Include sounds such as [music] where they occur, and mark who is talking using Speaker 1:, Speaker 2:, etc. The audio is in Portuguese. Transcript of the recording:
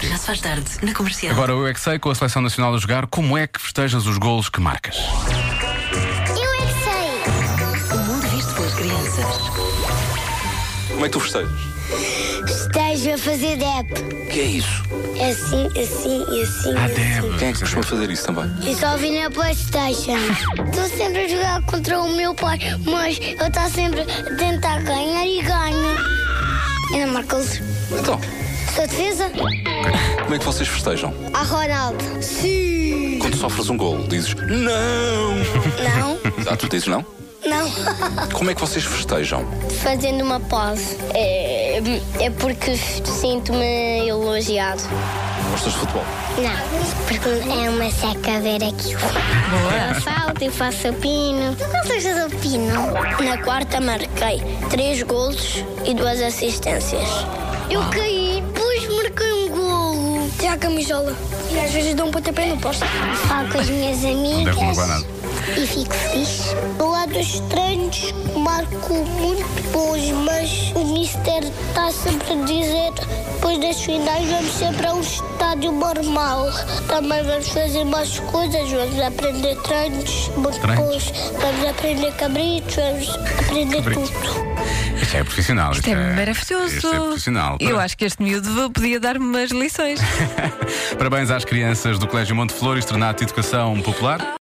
Speaker 1: se faz tarde na comercial.
Speaker 2: Agora eu é que sei, com a seleção nacional a jogar, como é que festejas os golos que marcas?
Speaker 3: Eu é que sei!
Speaker 1: O mundo visto pelas crianças.
Speaker 4: Como é que tu festejas?
Speaker 3: Estejo a fazer dep.
Speaker 4: O que é isso?
Speaker 3: É assim, assim e assim.
Speaker 2: Ah,
Speaker 3: assim.
Speaker 4: Quem é que costuma fazer isso também?
Speaker 3: Eu só vi na Playstation. Estou sempre a jogar contra o meu pai, mas eu estou sempre a tentar ganhar e ganho. Eu não marco
Speaker 4: Então,
Speaker 3: Sou defesa?
Speaker 4: como é que vocês festejam?
Speaker 3: A Ronaldo. Sim.
Speaker 4: Quando sofres um gol, dizes [laughs] não!
Speaker 3: Não,
Speaker 4: Ah, tu dizes não?
Speaker 3: não. [laughs]
Speaker 4: Como é que vocês festejam?
Speaker 3: Fazendo uma pause. É, é porque sinto-me elogiado.
Speaker 4: Gostas de futebol?
Speaker 3: Não, porque é uma seca ver aquilo. Boa. Falta e faço o pino. Tu gostas de fazer o pino? Na quarta marquei três golos e duas assistências. Eu caí, depois marquei um golo. Tem a camisola. E às vezes dou um pontapé no posto. Falo com as minhas amigas.
Speaker 2: deve mudar nada.
Speaker 3: E fico feliz. Do lado dos treinos marco muito bons, mas o mister está sempre a dizer depois das finais vamos sempre a um estádio normal. Também vamos fazer mais coisas, vamos aprender treinos,
Speaker 2: Treinos?
Speaker 3: burros, vamos aprender cabritos, vamos aprender
Speaker 2: Cabritos.
Speaker 3: tudo.
Speaker 2: Isto é profissional.
Speaker 5: Isto é tá? maravilhoso.
Speaker 2: Isto é profissional.
Speaker 5: Eu acho que este miúdo podia dar-me umas lições.
Speaker 2: Parabéns às crianças do Colégio Monte Flor, Externato de Educação Popular.